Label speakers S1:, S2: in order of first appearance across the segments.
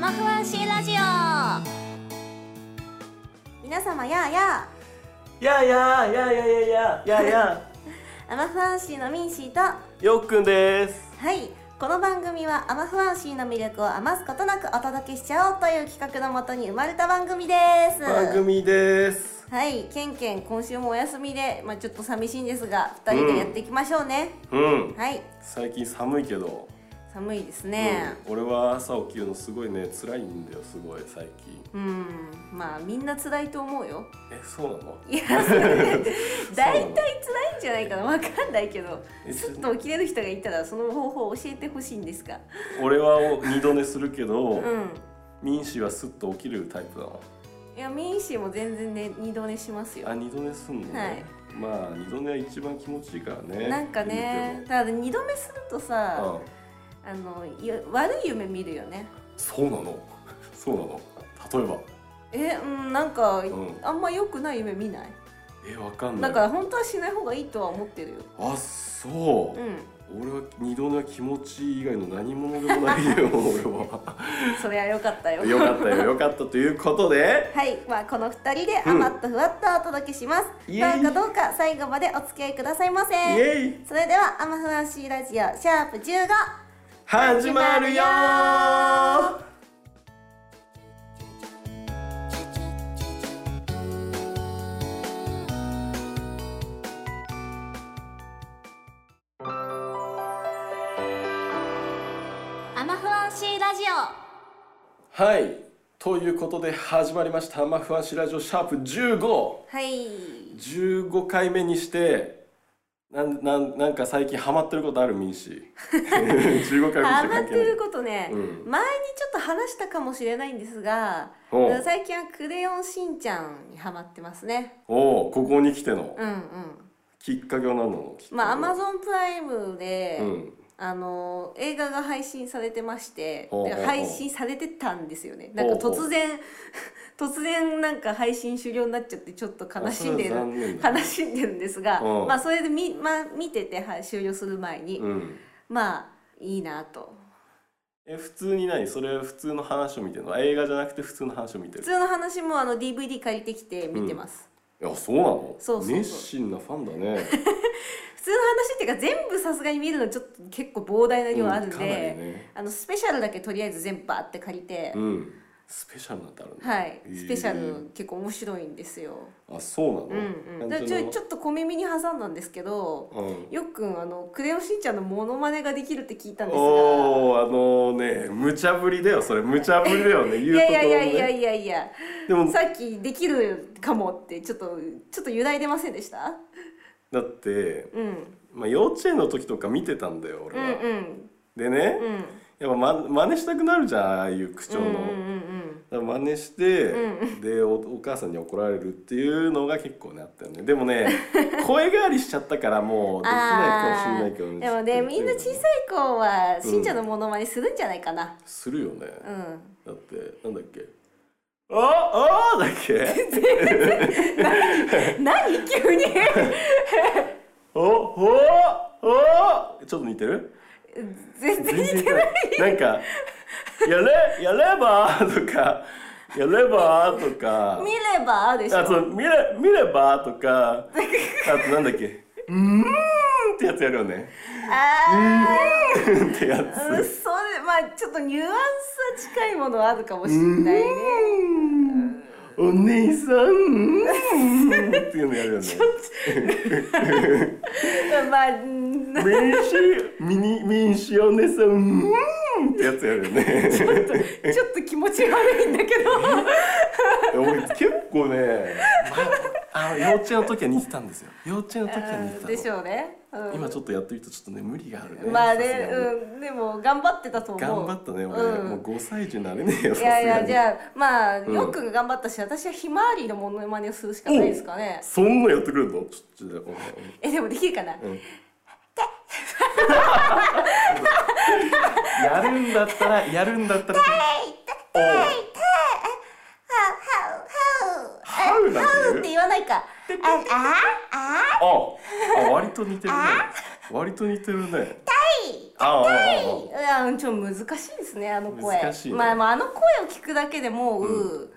S1: わふわしラジオ皆様やあや
S2: やいやいやいやいやいやいやいや
S1: あアマフアンシーのミンシーとは
S2: よっくんです
S1: いこの番組はアマフアンシーの魅力を余すことなくお届けしちゃおうという企画のもとに生まれた番組です
S2: 番組です
S1: はいケンケン今週もお休みで、まあ、ちょっと寂しいんですが2人でやっていきましょうね、
S2: うん
S1: はい
S2: 最近寒いけど、
S1: 寒いですね
S2: うん、俺は朝起きるのすごいね辛いんだよすごい最近
S1: うん、まあみんな辛いと思うよ
S2: えそうなの
S1: いやそれ大体辛いんじゃないかなわかんないけど
S2: え
S1: スッと起きれる人がいたらその方法を教えてほしいんですが
S2: 俺はお二度寝するけど、
S1: うん
S2: 民主はスッと起きるタイプだわ
S1: いやミンシーも全然ね二度寝しますよ
S2: あ二度寝すんのね、
S1: はい
S2: まあ二度寝は一番気持ちいいからね
S1: なんかねただ二度目すると
S2: 言うても
S1: さ
S2: うん
S1: あのよ悪い夢見るよね
S2: そうなの そうなの例えば
S1: えうんなんか、
S2: ん
S1: あんま良くない夢見ない
S2: えわかん
S1: だ
S2: ない
S1: から本当はしない方がいいとは思ってるよ
S2: あそう、
S1: うん
S2: 俺は二度寝は気持ちいい以外の何者でもないよ俺 は
S1: それは良かったよ
S2: よかったよよかったということで
S1: はい、まあ、この2人で
S2: うん
S1: 余ったふわっとお届けします、
S2: イエ
S1: ど
S2: イ
S1: うかどうか最後までお付き合いくださいま
S2: イ
S1: せ
S2: エイ
S1: それでは「アマフランシーラジオシャープ #15」
S2: 始まるよー
S1: アマフランシーラジ
S2: はいということで始まりました「マフアシラジオシャープ #15」
S1: オはい
S2: 15回目にしてなんなんなんか最近ハマってることあるミンシ 15回目し
S1: ハ
S2: か
S1: マっ
S2: 関
S1: て
S2: 係ない
S1: ることね、
S2: う
S1: 前にちょっと話したかもしれないんですが
S2: おう
S1: 最近は「クレヨンしんちゃん」にハマってますね
S2: おおここに来ての
S1: うんうん
S2: きっかけは何なのきっかけは
S1: まあアマゾンプライムで、
S2: うん
S1: あの映画が配信されてまして
S2: ほうほうほう
S1: 配信されてたんですよねなんか
S2: ほうほう
S1: 突然 突然なんか配信終了になっちゃってちょっと悲しんで
S2: あそれは残念
S1: る
S2: だ
S1: 悲しんでるんですが
S2: うん
S1: まあそれでみ、まあ、見てて、はい、終了する前に、
S2: うん
S1: まあいいなと
S2: え普通に何それ普通の話を見てるの映画じゃなくて普通の話を見て
S1: 普
S2: る
S1: 通の話もあの DVD 借りてきて見てます、
S2: いやそうなの
S1: そうそうそう
S2: 熱心なファンだね
S1: 普通の話っていうか全部さすがに見るのちょっと結構膨大な量あ るんで、
S2: うんかなりね
S1: あのスペシャルだけとりあえず全部バーって借りて、
S2: うんスペシャルなんてあるの
S1: はい
S2: えー
S1: スペシャル結構面白いんですよ、
S2: あそうなの
S1: うんうん、
S2: な
S1: だ
S2: ん
S1: ち
S2: ていう
S1: ょ
S2: の
S1: ちょっと小耳に挟んだんですけど、
S2: うん
S1: よっくんあの「クレヨンしんちゃん」のモノマネができるって聞いたんですが
S2: おーあのね無茶ぶりだよそれ無茶ぶりだよね
S1: い
S2: 言うと
S1: や
S2: こ
S1: い
S2: ろ
S1: や
S2: ね
S1: いやいやいやいや
S2: でも
S1: さっき「できるかも」ってちょっとちょっと揺らいでませんでした、
S2: だって、
S1: うん、
S2: まあ、幼稚園の時とか見てたんだよ
S1: う
S2: 俺
S1: ん
S2: は、
S1: うん
S2: でね、
S1: うん
S2: やっぱま真似したくなるじゃんああいう口調
S1: うんう
S2: の、
S1: んうん
S2: だから真似して、
S1: う
S2: でおお母さんに怒られるっていうのが結構ねあったよねでもね 声変わりしちゃったからもうできないかもしれないけど
S1: あーでもねみんな小さい子はしんちゃんのモノマネするんじゃないかな
S2: するよね、
S1: うん、
S2: だってなんだっけああだっけ
S1: 何急に
S2: おおおちょっと似てる
S1: 全然
S2: 似てないなんか「やれやれば」とか「やれば」とか
S1: 見ればでし
S2: あ
S1: ょ
S2: そう見れ見ればとかあとなんだっけ「うーん」ってやつやるよね
S1: あ
S2: 「うん」ってやつ
S1: ーうんそれまあちょっとニュアンスは近いものはあるかもしれないね
S2: お姉さんうんっていうのやるよね。
S1: まあうん
S2: 民主ミニ民主お姉さんうんってやつやるよね。
S1: ちょっと気持ち悪いんだけど
S2: 俺結構ね、まあ、あの幼稚園の時は似てたんですよ。幼稚園の時は似てたの。
S1: でしょうね、うん
S2: 今ちょっとやってみるとちょっとね無理があるね。
S1: まあ
S2: さす
S1: ね
S2: がに
S1: うんでも頑張ってたと思う
S2: 頑張ったね俺、
S1: うん
S2: もう5歳児になれねえよさ
S1: い
S2: すが
S1: や
S2: に
S1: いやじゃあまあ
S2: ん
S1: よっくんが頑張ったし、私はひまわりのモノマネをするしかないですかね
S2: そんなやってくれるのちょっとお前
S1: えでもできるかな、
S2: やるんだったらやるんだったらおハウなんて
S1: って
S2: 言う
S1: 言わないか
S2: ああ割と似てるね割と似てるねああああああ
S1: いやうんちょっと難しいですねあの声
S2: 難しいね
S1: まあ、まああの声を聞くだけでもう、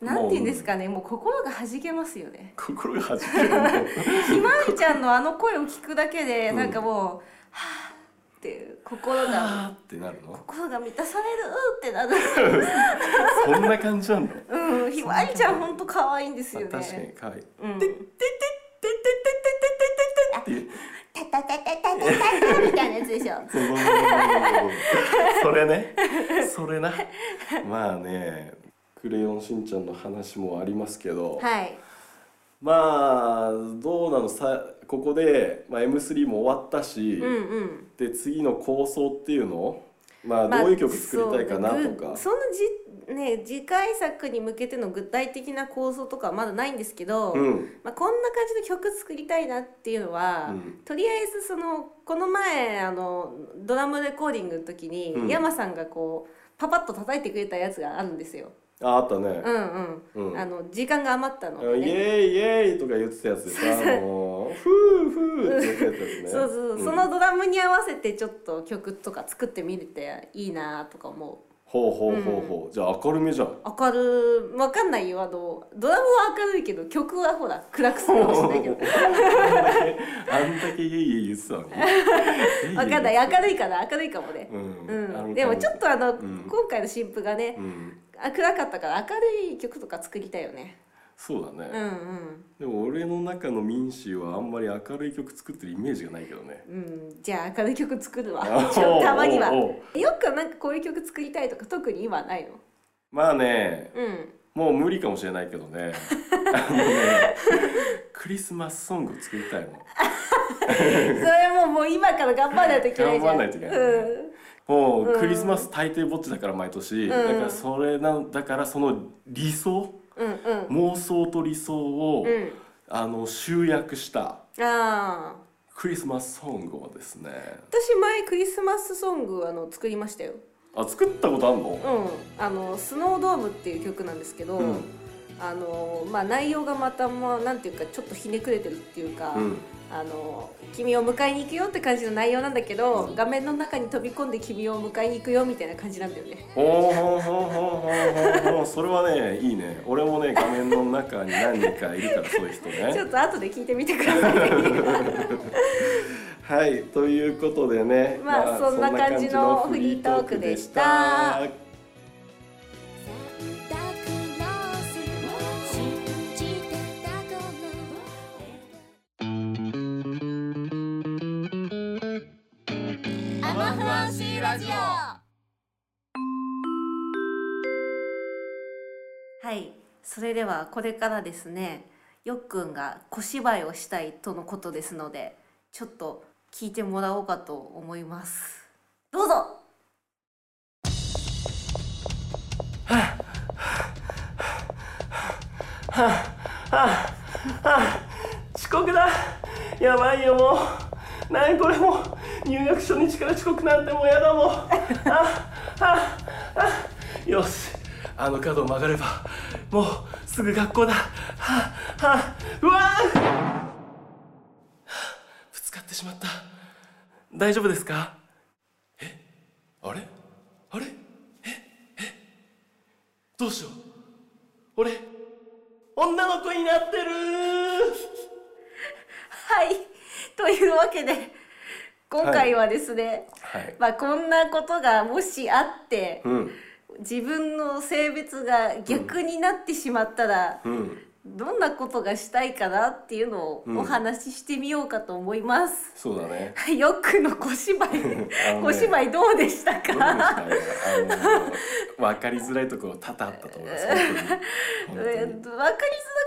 S1: なんて言うんですかねもう心が弾けますよね
S2: 心が弾ける もう
S1: ひまわりちゃんのあの声を聞くだけで、
S2: うん
S1: なんかもうはあっていう心が
S2: あーってなるの
S1: 心が満たされるってなる
S2: そんな感じなの
S1: うんひまわりちゃん本当可愛いんですよね
S2: 確かにかわいい
S1: うん
S2: っていう
S1: タタタタタタタみたいなやつでしょ
S2: そうそうそうそうそうそれねそれなまあね「クレヨンしんちゃん」の話もありますけど、
S1: はい
S2: まあどうなのさここで、まあ、M3 も終わったし、
S1: うんうん
S2: で次の構想っていうのをまあ
S1: まあ
S2: どういう曲作りたいかな
S1: そう
S2: と
S1: ね
S2: か、
S1: ぐそんなじね次回作に向けての具体的な構想とかはまだないんですけど、
S2: うん
S1: まあ、こんな感じで曲作りたいなっていうのは、
S2: うん
S1: とりあえずそのこの前あのドラムレコーディングの時に、
S2: うん
S1: 山さんがこうパパッと叩いてくれたやつがあるんですよ。
S2: ああったね
S1: う、んうん。
S2: うん
S1: あの時間が余ったの
S2: あの
S1: で、
S2: イエ
S1: ね。
S2: ーイイエーイとか言ってたやつでさあのーフーフーって言ってたやつね
S1: そうそう、
S2: ん
S1: そのドラムに合わせてちょっと曲とか作ってみるっていいなとか思う。
S2: ほうほうほうほう、じゃあ明るめじゃん
S1: 明るいわかんないよあのドラムは明るいけど曲はほら暗くするかもしれないけど
S2: あんだけイエイイエイ言ってたの に
S1: わかんない明るいから明るいかもね、
S2: うん
S1: うん、でもちょっとあの、
S2: ん
S1: 今回の新婦がね
S2: うん
S1: 暗かったから明るい曲とか作りたいよね
S2: そうだ
S1: うん
S2: ね、
S1: うん
S2: でも俺の中のミンシーはあんまり明るい曲作ってるイメージがないけどね
S1: うん、じゃあ明るい曲作るわ
S2: おう
S1: ちょたまには
S2: おう
S1: よくなんかこういう曲作りたいとか特に今はないの
S2: まあね
S1: うん
S2: もう無理かもしれないけどねあのねクリスマスソング作りたいの
S1: それももう今から頑張らないといけないじゃん
S2: 頑張らないといけないね
S1: うん
S2: もう、
S1: うん
S2: クリスマス大抵ぼっちだから毎年、
S1: ん
S2: だからそれなんだからその理想
S1: うんうん
S2: 妄想と理想を、
S1: うん
S2: あの集約した
S1: ああ
S2: クリスマスソングをですね
S1: 私前クリスマスソングあの作りましたよ
S2: あ作ったことあんの、
S1: うん、あの「スノードーム」っていう曲なんですけど、
S2: うん
S1: あのまあ、内容がまた、まあ、なんていうかちょっとひねくれてるっていうか、
S2: うん
S1: あの「君を迎えに行くよ」って感じの内容なんだけど、
S2: うん
S1: 画面の中に飛び込んで「君を迎えに行くよ」みたいな感じなんだよね。
S2: ほうほうほうほうほうほうそれはねいいね俺もね画面の中に何人かいるからそういう人
S1: ちょっ
S2: ね
S1: と後で聞いてみてくだ さい。
S2: はいということでね
S1: まあそんな感じのフリートークでした
S2: でし
S3: 「サンタクロース」「信じてたこの」「アマフランシーラジオ」
S1: はい、それではこれからですねよっくんが小芝居をしたいとのことですのでちょっと聞いてもらおうかと思いますどうぞ
S2: 遅刻だやばいよもう何これもう入学初日から遅刻なんてもうやだもうあああよしあの角を曲がればもうすぐ学校だはあはあうわーはあぶつかってしまった大丈夫ですかえあれあれええどうしよう俺女の子になってる
S1: はいというわけで今回はですね、
S2: はい。
S1: まあ、こんなことがもしあって、
S2: うん。
S1: 自分の性別が逆になってしまったら、
S2: うん。
S1: どんなことがしたいかなっていうのを
S2: うん
S1: お話ししてみようかと思います。
S2: そうだね。
S1: はいよっくんの小 芝居、
S2: のね
S1: 小芝居どうでした
S2: どうでし
S1: か
S2: たあの、わかりづらいところ多々あったと思います。本当に。
S1: え
S2: 本
S1: ーと分かりづら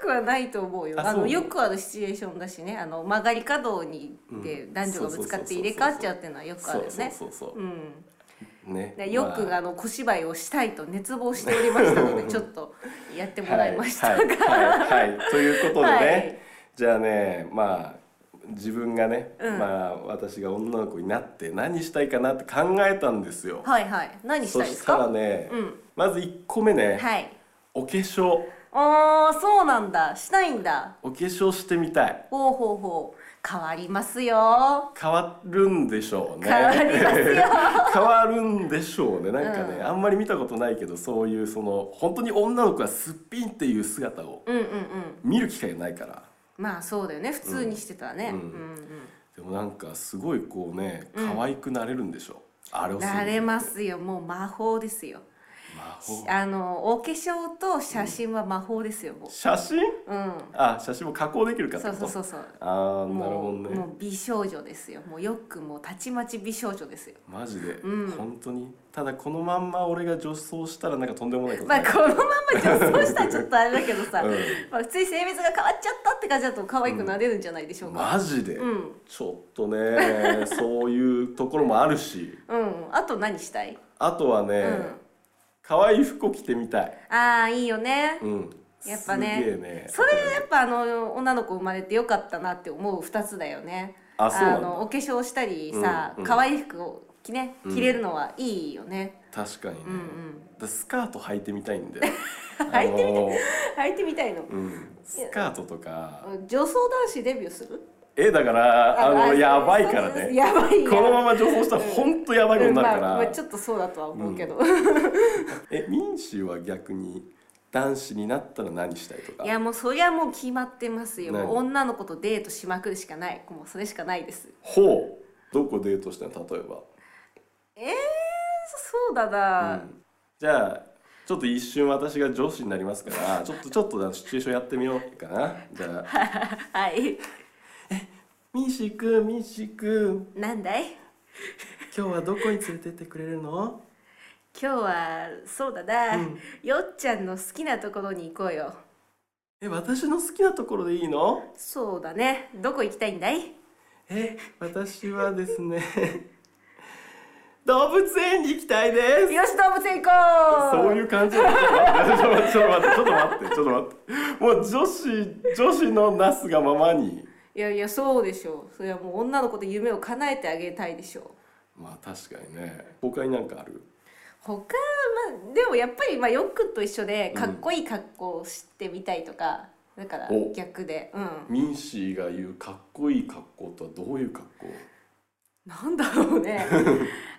S1: くはないと思うよ
S2: あ
S1: あ
S2: そう
S1: のよくあるシチュエーションだしねあの曲がり角にで
S2: うん
S1: 男女がぶつかって入れ替わっちゃうっていうのはよくあ
S2: 当
S1: る
S2: に
S1: よ
S2: そう
S1: ね。
S2: そうそうそうう。
S1: ん、
S2: ね。
S1: でよくあの小芝居をしたいと熱望しておりましたのでちょっとやってもらいました
S2: はい。
S1: が、
S2: はいはいはい。ということで
S1: は
S2: ね
S1: い。
S2: じゃあね、まあ。自分がね、
S1: うん
S2: まあ私が女の子になって何したいかなって考えたんですよ。
S1: はいはい何した
S2: そ
S1: いです
S2: したら
S1: か
S2: ね、
S1: うん
S2: まず1個目ね、
S1: はい
S2: お化粧
S1: あーそうなんだしたいんだ
S2: お化粧してみたい。
S1: ほうほうほう変わりますよ
S2: 変わるんでしょうね
S1: 変わります よ
S2: 変わるんでしょうねなんかね、あんまり見たことないけどそういうその本当に女の子がすっぴんっていう姿を
S1: うんうんうん
S2: 見る機会ないから
S1: まあそうだよね普通にしてたらね、
S2: う
S1: うんん
S2: う
S1: うんん
S2: でもなんかすごいこうね
S1: うん
S2: 可愛くなれるんでしょう、あれをする
S1: なれますよもう魔法ですよ
S2: 魔法
S1: あのお化粧と写真は魔法ですよも
S2: 写真
S1: ううん
S2: あ写真も加工できるかって
S1: そ
S2: こ
S1: う
S2: と
S1: そうそうそう
S2: ああなる
S1: も
S2: ほ
S1: う,、も
S2: どね
S1: う美少女ですよもうよくもうたちまち美少女ですよ
S2: マジで、
S1: うん
S2: 本当にただこのまんま俺が女装したらなんかとんでもないこと
S1: まあ
S2: になる
S1: このまま女装したらちょっとあれだけどさ、
S2: うん
S1: まあ、普通に性別が変わっちゃったって感じだと可愛くなれるんじゃないでしょうか、
S2: マジで、
S1: うん
S2: ちょっとねそういうところもあるし
S1: うん、あと何したい、
S2: あとはね、
S1: うん
S2: 可愛い服を着てみたい、
S1: ああいいよね、
S2: うん、
S1: やっぱね
S2: すげえね
S1: それやっぱあの女の子生まれてよかったなって思う2つだよね
S2: あそうなんだ
S1: のお化粧したりさ、
S2: うんうん
S1: 可愛い服を着,、ね、
S2: うん
S1: 着れるのはいいよね、
S2: 確かにね、
S1: うんうん
S2: だスカート履いてみたいんで
S1: 履いてみたい
S2: い、
S1: 履いてみたいの、
S2: うん、スカートとか
S1: 女装男子デビューする
S2: えだからあの
S1: あ
S2: やばいから
S1: そう
S2: ね
S1: やばい
S2: このま
S1: ま
S2: ま情報したら本当やばいことになるから、
S1: まあまあ、ちょっとそうだとは思うけど、
S2: え民衆は逆に男子になったら何したいとか
S1: いやもうそりゃもう決まってますよ
S2: 何
S1: もう女の子とデートしまくるしかないもうそれしかないです
S2: ほうどこデートしたの例えば、
S1: えー、そうだ
S2: う
S1: な、
S2: ん、じゃあちょっと一瞬私が上司になりますからちょっとちょっとあのシチュエーションやってみようかなじゃあ
S1: はい
S2: 「民衆くん民衆くん
S1: なんだい
S2: 今日はどこに連れてってくれるの?
S1: 今日はそうだな、
S2: うん
S1: よっちゃんの好きなところに行こうよ」
S2: え「私の好きなところでいいの?」
S1: そうだねどこ行きたいんだい
S2: え私はですね 動物園に行きたいです
S1: よし動物園行こう
S2: そういう感じなのちょっと待ってちょっと待ってちょっと待ってもう女子女子のなすがままに
S1: いやいやそうでしょうそれはもう女の子と夢を叶えてあげたいでしょう
S2: まあ確かにね他になんかある
S1: 他、まあ、でもやっぱり、まあ、よっくんと一緒でかっこいい格好をしてみたいとか、だから
S2: お
S1: 逆でうん
S2: ミンシーが言うかっこいい格好とはどういう格好
S1: なんだろう ね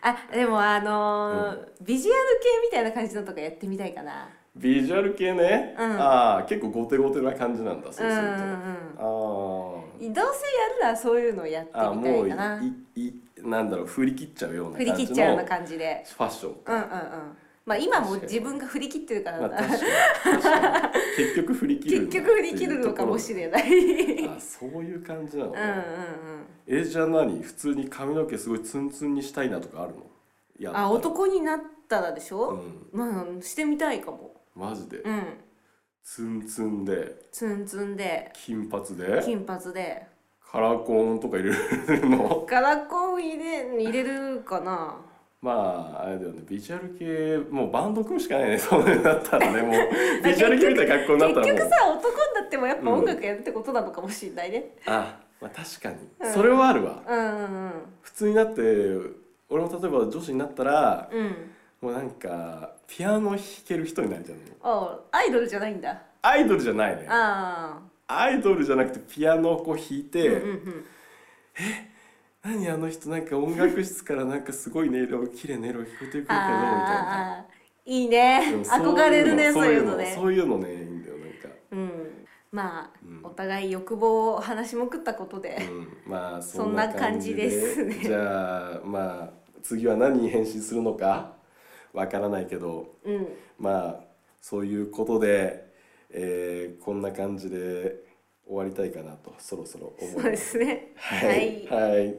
S1: あでもあのービジュアル系みたいな感じのとかやってみたいかな
S2: ビジュアル系ね、
S1: うん
S2: ああ結構ゴテゴテな感じなんだそうする
S1: う
S2: と、
S1: んうん
S2: あ
S1: どうせやるならそういうのをやって
S2: あああ
S1: みた
S2: もう
S1: い
S2: い
S1: かない
S2: いなんだろう振り切っちゃうような
S1: 振
S2: 感
S1: り
S2: じの
S1: 切っちゃうような感じで
S2: ファッション
S1: うんうんうんまあ今も自分が振り切ってるから
S2: まあ、
S1: な
S2: 確かに確かに結局振り切る
S1: 結局振り切るのかもしれないうん
S2: あそういう感じなの、
S1: うんうん
S2: えじゃあ何普通に髪の毛すごいツンツンにしたいなとかあるのいや
S1: あ男になったらでし
S2: う
S1: ょ、
S2: ん
S1: まあしてみたいかも
S2: マジで、
S1: うん
S2: ツンツンで
S1: ツンツンで
S2: 金髪で
S1: 金髪で
S2: カラコンとか入れるの
S1: ガラコン入れ入れるかな
S2: まああれだよねビジュアル系もうバンド組むしかないねそうなったら ねもうビジュアル系みたいな格好にな
S1: 結
S2: ったらもう
S1: 局さ男になってもやっぱ音楽やるってことなのかもしれないね
S2: あまあ確かに、
S1: うん
S2: それはあるわ
S1: うんうん
S2: 普通になって俺も例えば女子になったら、
S1: うんうん
S2: もうなんかピアノ弾ける人になるじゃん
S1: あアイドルじゃないんだ
S2: アイドルじゃないね
S1: あ
S2: アイドルじゃなくてピアノをこう弾いて、
S1: あうんうん
S2: 何あの人なんか音楽室からなんかすごい音色綺麗な色が聞こえてくるけどみたいな
S1: あーあーあーいいね
S2: でもそういうの
S1: 憧れるねそういうのね
S2: そういうのねいいんだよなんか、
S1: うんまあ、
S2: うん
S1: お互い欲望を話しまくったことで、
S2: うん、まあ
S1: そ
S2: そ
S1: ん
S2: ん
S1: な
S2: な
S1: 感
S2: 感
S1: じ
S2: じ
S1: で
S2: ですす
S1: ね
S2: ねじゃあまあ次は何に変身するのかわからないけど
S1: うん
S2: まあそういうことで、えーこんな感じで終わりたいかなとそろそろ思い
S1: そう
S2: ま
S1: ですすね
S2: はい、はい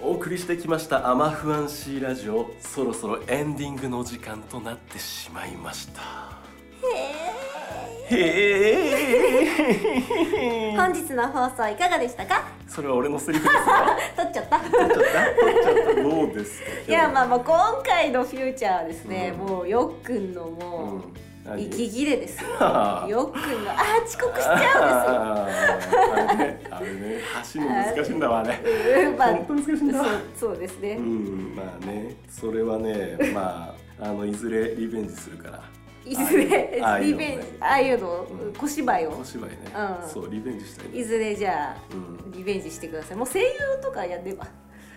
S2: お送りしてきました「アマフアンシーラジオ」そろそろエンディングの時間となってしまいましたへえ
S1: 本日の放送いかがでしたか
S2: それは俺のセリフですよ
S1: 撮っちゃった
S2: ちょっとちょっとどうですか
S1: いやまあまあ今回のフューチャーはですね、
S2: うん
S1: もうよっくんのもう、
S2: う何
S1: 息切れですよ
S2: あー
S1: よっくんがあー遅刻しちゃうん
S2: あーあれねあれね走るの難しいんだわあれ
S1: ですよまあ
S2: 本当難しいんだわ
S1: そうそうですね、
S2: うんまあねそれはねまああのいずれリベンジするから
S1: いずれ
S2: ああいう
S1: リ
S2: の
S1: ベンジ
S2: ね
S1: ああいうの
S2: うん
S1: 小芝居を
S2: お芝居ね、
S1: うん
S2: そうリベンジしたいね
S1: いずれじゃあ
S2: うん
S1: リベンジしてくださいもう声優とかやれば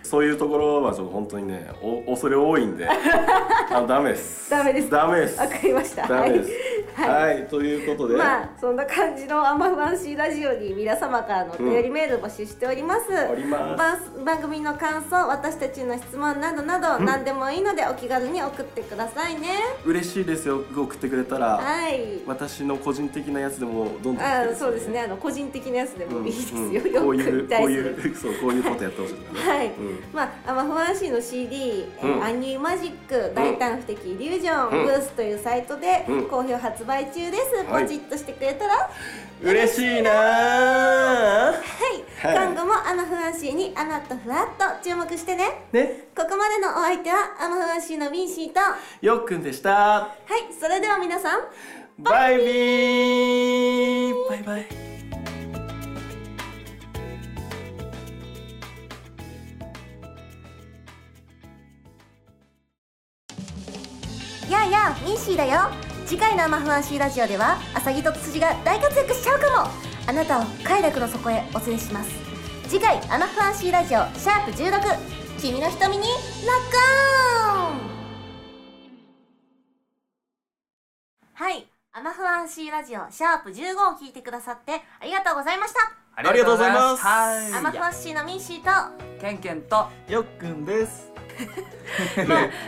S2: そういうところはちょっと本当にねお恐れ多い んであのダメです
S1: ダメです
S2: ダメです
S1: わかりました
S2: ダメです
S1: はい
S2: はい、ということで、
S1: まあそんな感じの「あんま不安しいラジオ」に皆様からのお便りメール募集しております、
S2: おります
S1: 番番組の感想私たちの質問などなど何でもいいのでお気軽に送ってくださいね、
S2: 嬉しいですよ送ってくれたら、
S1: はい
S2: 私の個人的なやつでもどんどん送って
S1: あ
S2: ください
S1: そうですねあの個人的なやつでもいいですよ、
S2: うん
S1: よ
S2: こ
S1: く
S2: うい
S1: み
S2: う
S1: た
S2: こう
S1: いです
S2: いうそうこういうことやってほしいからね
S1: はい、
S2: うん
S1: まあ、アマフワンシーの CD、えー
S2: うん
S1: アニューマジック、大胆不敵イリュージョン、
S2: うん
S1: ブースというサイトで
S2: うん
S1: 好評発売中です、
S2: はい
S1: ポチッとしてくれたら、は
S2: 嬉しいなー
S1: い
S2: はい
S1: 今後もアマフワンシーにアマとフワッと注目してね
S2: ね
S1: ここまでのお相手はアマフワンシーのミンシーとは
S2: よっくんでした
S1: いそれでは皆さん
S2: バイビーバイバイ
S1: やあやあミンシーだよ次回の「アマフアンシーラジオ」ではアサギとツツジが大活躍しちゃうかもあなたを快楽の底へお連れします次回「アマフアンシーラジオ」シャープ16君の瞳にロックオンはい「アマフアンシーラジオ」シャープ15を聞いてくださってありがとうございました
S4: ありがとうございます
S5: あり
S1: ア
S5: がとう
S1: マフ
S5: ござい
S1: ア
S5: ま
S1: ンシーのミンシーと
S5: すケンケンと
S4: よっくんです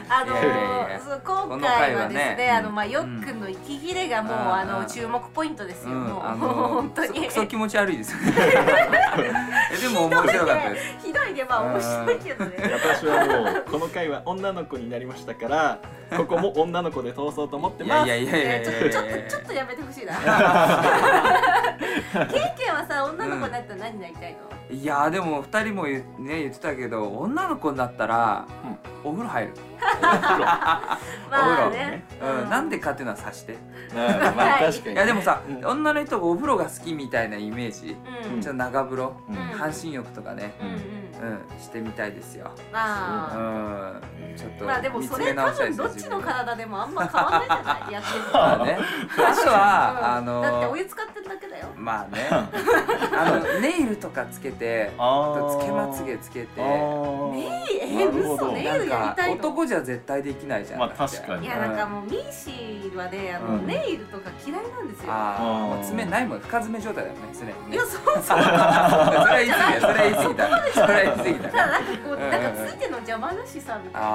S1: あの
S5: いやいやいや
S1: そう今回はですね
S5: この回はね
S1: あのまあ
S5: うん
S1: よっくんの息切れがもう、
S5: うん
S1: あの
S5: うん
S1: 注目ポイントですよ、もう、
S5: あの
S1: 本当に
S5: クソクソ気持ち悪いですよねえでも面白かったです
S1: ひどいねまあ面白いけどね
S4: 私はもうこの回は女の子になりましたからここも女の子で通そうと思って
S5: い
S4: ま
S5: や
S4: す
S5: いやいやいや
S1: ね
S5: い
S1: ちょ
S5: やい
S1: ちょっ
S5: やいや
S1: とちょっとやめてほしいなケンケンはさ女の子になったら何になりたいの、
S5: いやでも二人も言,、ね、言ってたけど女の子になったら、お風呂入る、
S1: まあ
S5: お風呂
S1: ね
S4: ね
S5: うんなんでかっていうのは察して
S4: うんまあ確か
S5: い
S4: に
S5: やでもさ、
S4: うん
S5: 女の人がお風呂が好きみたいなイメージ、
S1: うんうん
S5: ちょっと長風呂、
S4: うん
S5: 半身浴とかね、
S1: うん
S5: うん、してみたいですよ、う
S1: まあ、
S5: ん、ちょっと
S1: まあでも
S5: 見
S1: そ
S5: つ
S1: れ
S5: め
S1: 多
S5: 直したい
S1: 分
S5: です
S1: ど
S5: よ
S1: っちの
S5: 自分
S1: 体でもあんま変わんないじゃ ないやってるか
S5: ま
S1: ら
S5: あねあとは、あ
S1: だって
S5: の
S1: お湯使ってるだけだよ
S5: まあ ねあのネイルとかつけてあとつけまつげつけて
S4: あー
S1: えー、
S4: なるほど
S1: 嘘ねネ
S5: な
S1: イ
S5: ん
S1: ルや
S5: か
S1: りたいの
S5: 男じゃ絶対できないじゃん
S4: まあ
S5: だって
S4: 確か
S1: い
S4: に
S1: やなんかもうミーシーはねあの、
S4: うん
S1: ネイルとか嫌いなんですよ
S5: ああ
S4: うん
S5: もう爪ないもん深爪状態だよね常に
S1: い
S5: ね
S1: や
S5: そ
S1: そう
S5: れは言い過ぎだそれは言い過ぎだそれは言い過ぎ
S1: た
S5: だ
S1: だなんかこう、
S5: うん
S1: なんかついてんの邪魔だしさみたいなな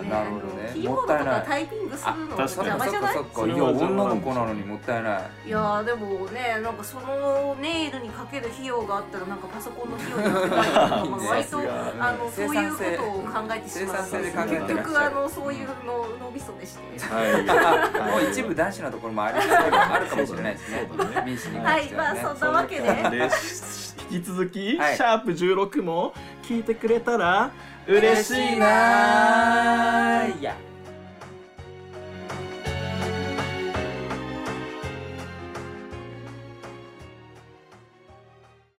S1: んか
S5: ー
S1: ね
S5: なるほど
S1: あの
S5: ね
S1: キーボー
S5: も
S1: ド
S5: っ
S1: と
S5: たいな
S1: か
S5: い
S1: タイピングするの
S4: あ確かに
S1: 邪魔じゃない
S5: そっかそ
S4: そ
S5: っか
S4: れ
S5: い
S4: は
S5: や
S4: 邪魔
S5: 女
S4: だ
S5: の子なのにもったいない
S1: いやーでもねなんかそのネイルにかける費用があったらなんかパソコンの費用にかけ たりとか、まあ、割
S4: さ
S1: と
S4: すが
S1: あの
S5: 生
S1: そういう
S5: 産
S1: こ
S5: 性
S1: とを考えてし
S5: 生
S1: まう
S5: 産性で考えてらっしゃる
S1: 結局あのそういうの脳みそでして。
S4: はい
S5: もう一部男子のところもありあるかもしれないですね
S4: そうだね
S5: 民主に
S1: は
S5: 関し
S1: い、
S5: て
S1: ま
S5: は
S1: あ
S5: ね
S1: そんなわけで、
S4: でし引き続き、
S5: はい
S4: シャープ16も聞いてくれたら嬉しいなーいや